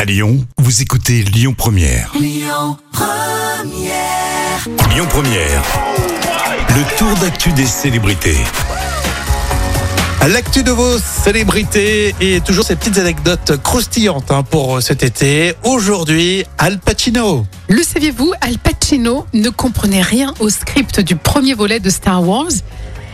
À Lyon, vous écoutez Lyon Première. Lyon Première. Le tour d'actu des célébrités. L'actu de vos célébrités et toujours ces petites anecdotes croustillantes hein, pour cet été. Aujourd'hui, Al Pacino. Le saviez-vous, Al Pacino ne comprenait rien au script du premier volet de Star Wars.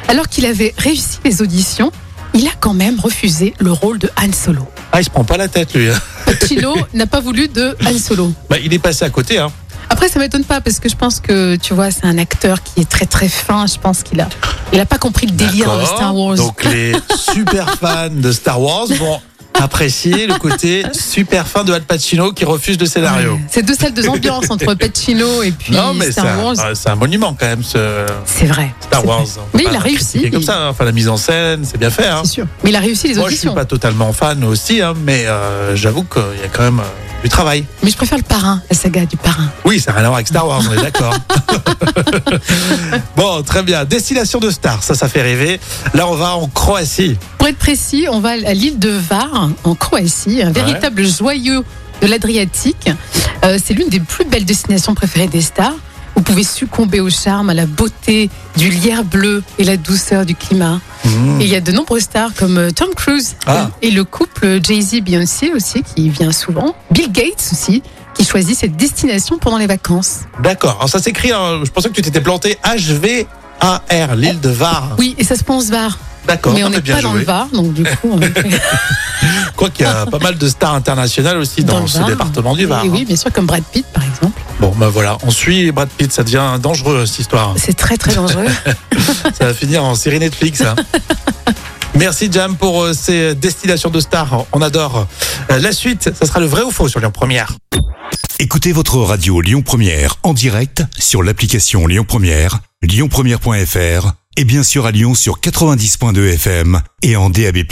Alors qu'il avait réussi les auditions, il a quand même refusé le rôle de Han Solo. Ah, il se prend pas la tête lui. hein. Pacino n'a pas voulu de Han Solo. Bah, il est passé à côté. Hein. Après, ça m'étonne pas parce que je pense que, tu vois, c'est un acteur qui est très très fin. Je pense qu'il a, il a pas compris le délire de D'accord. Star Wars. Donc les super fans de Star Wars vont apprécier le côté super fin de Al Pacino qui refuse le scénario. C'est deux salles, deux ambiances entre Pacino et puis Non, mais c'est Star Wars. un, c'est un monument quand même ce C'est vrai. Star c'est Wars. vrai. Mais il a réussi. C'est comme ça, hein. enfin la mise en scène, c'est bien fait. hein. C'est sûr. Mais il a réussi les Moi, je suis auditions. pas totalement fan aussi, hein, mais euh, j'avoue qu'il y a quand même euh, du travail. Mais je préfère le parrain, la saga du parrain. Oui, ça n'a rien à voir avec Star Wars, on est d'accord. bon, très bien. Destination de star, ça, ça fait rêver. Là, on va en Croatie. Pour être précis, on va à l'île de Var, en Croatie, un véritable joyau de l'Adriatique. Euh, c'est l'une des plus belles destinations préférées des stars. Vous pouvez succomber au charme, à la beauté du lierre bleu et la douceur du climat. Et il y a de nombreuses stars comme euh, Tom Cruise Hmm. Ah. et le couple Jay-Z Beyoncé aussi qui vient souvent. Bill Gates aussi qui choisit cette destination pendant les vacances. D'accord. Alors, ça s'écrit, hein, je pensais que tu t'étais planté H-V-A-R, l'île de Var. Oui, et ça se pense Var, D'accord, mais on ah, n'est bien pas dans le joué. Var, donc du coup on est Quoi qu'il y a pas mal de stars internationales aussi dans, le ce Var. département du Var. Oui, hein. oui, bien sûr, comme Brad Pitt par exemple. Bon, ben voilà, on suit Brad Pitt, ça devient dangereux cette histoire. C'est très très dangereux. Ça va finir en série Netflix. hein. Merci Jam pour euh, ces destinations de stars. On adore. Euh, La suite, ça sera le vrai ou faux sur Lyon Première. Écoutez votre radio Lyon Première en direct sur l'application Lyon Première, lyonpremière.fr et bien sûr à Lyon sur 90.2 FM et en DAB+.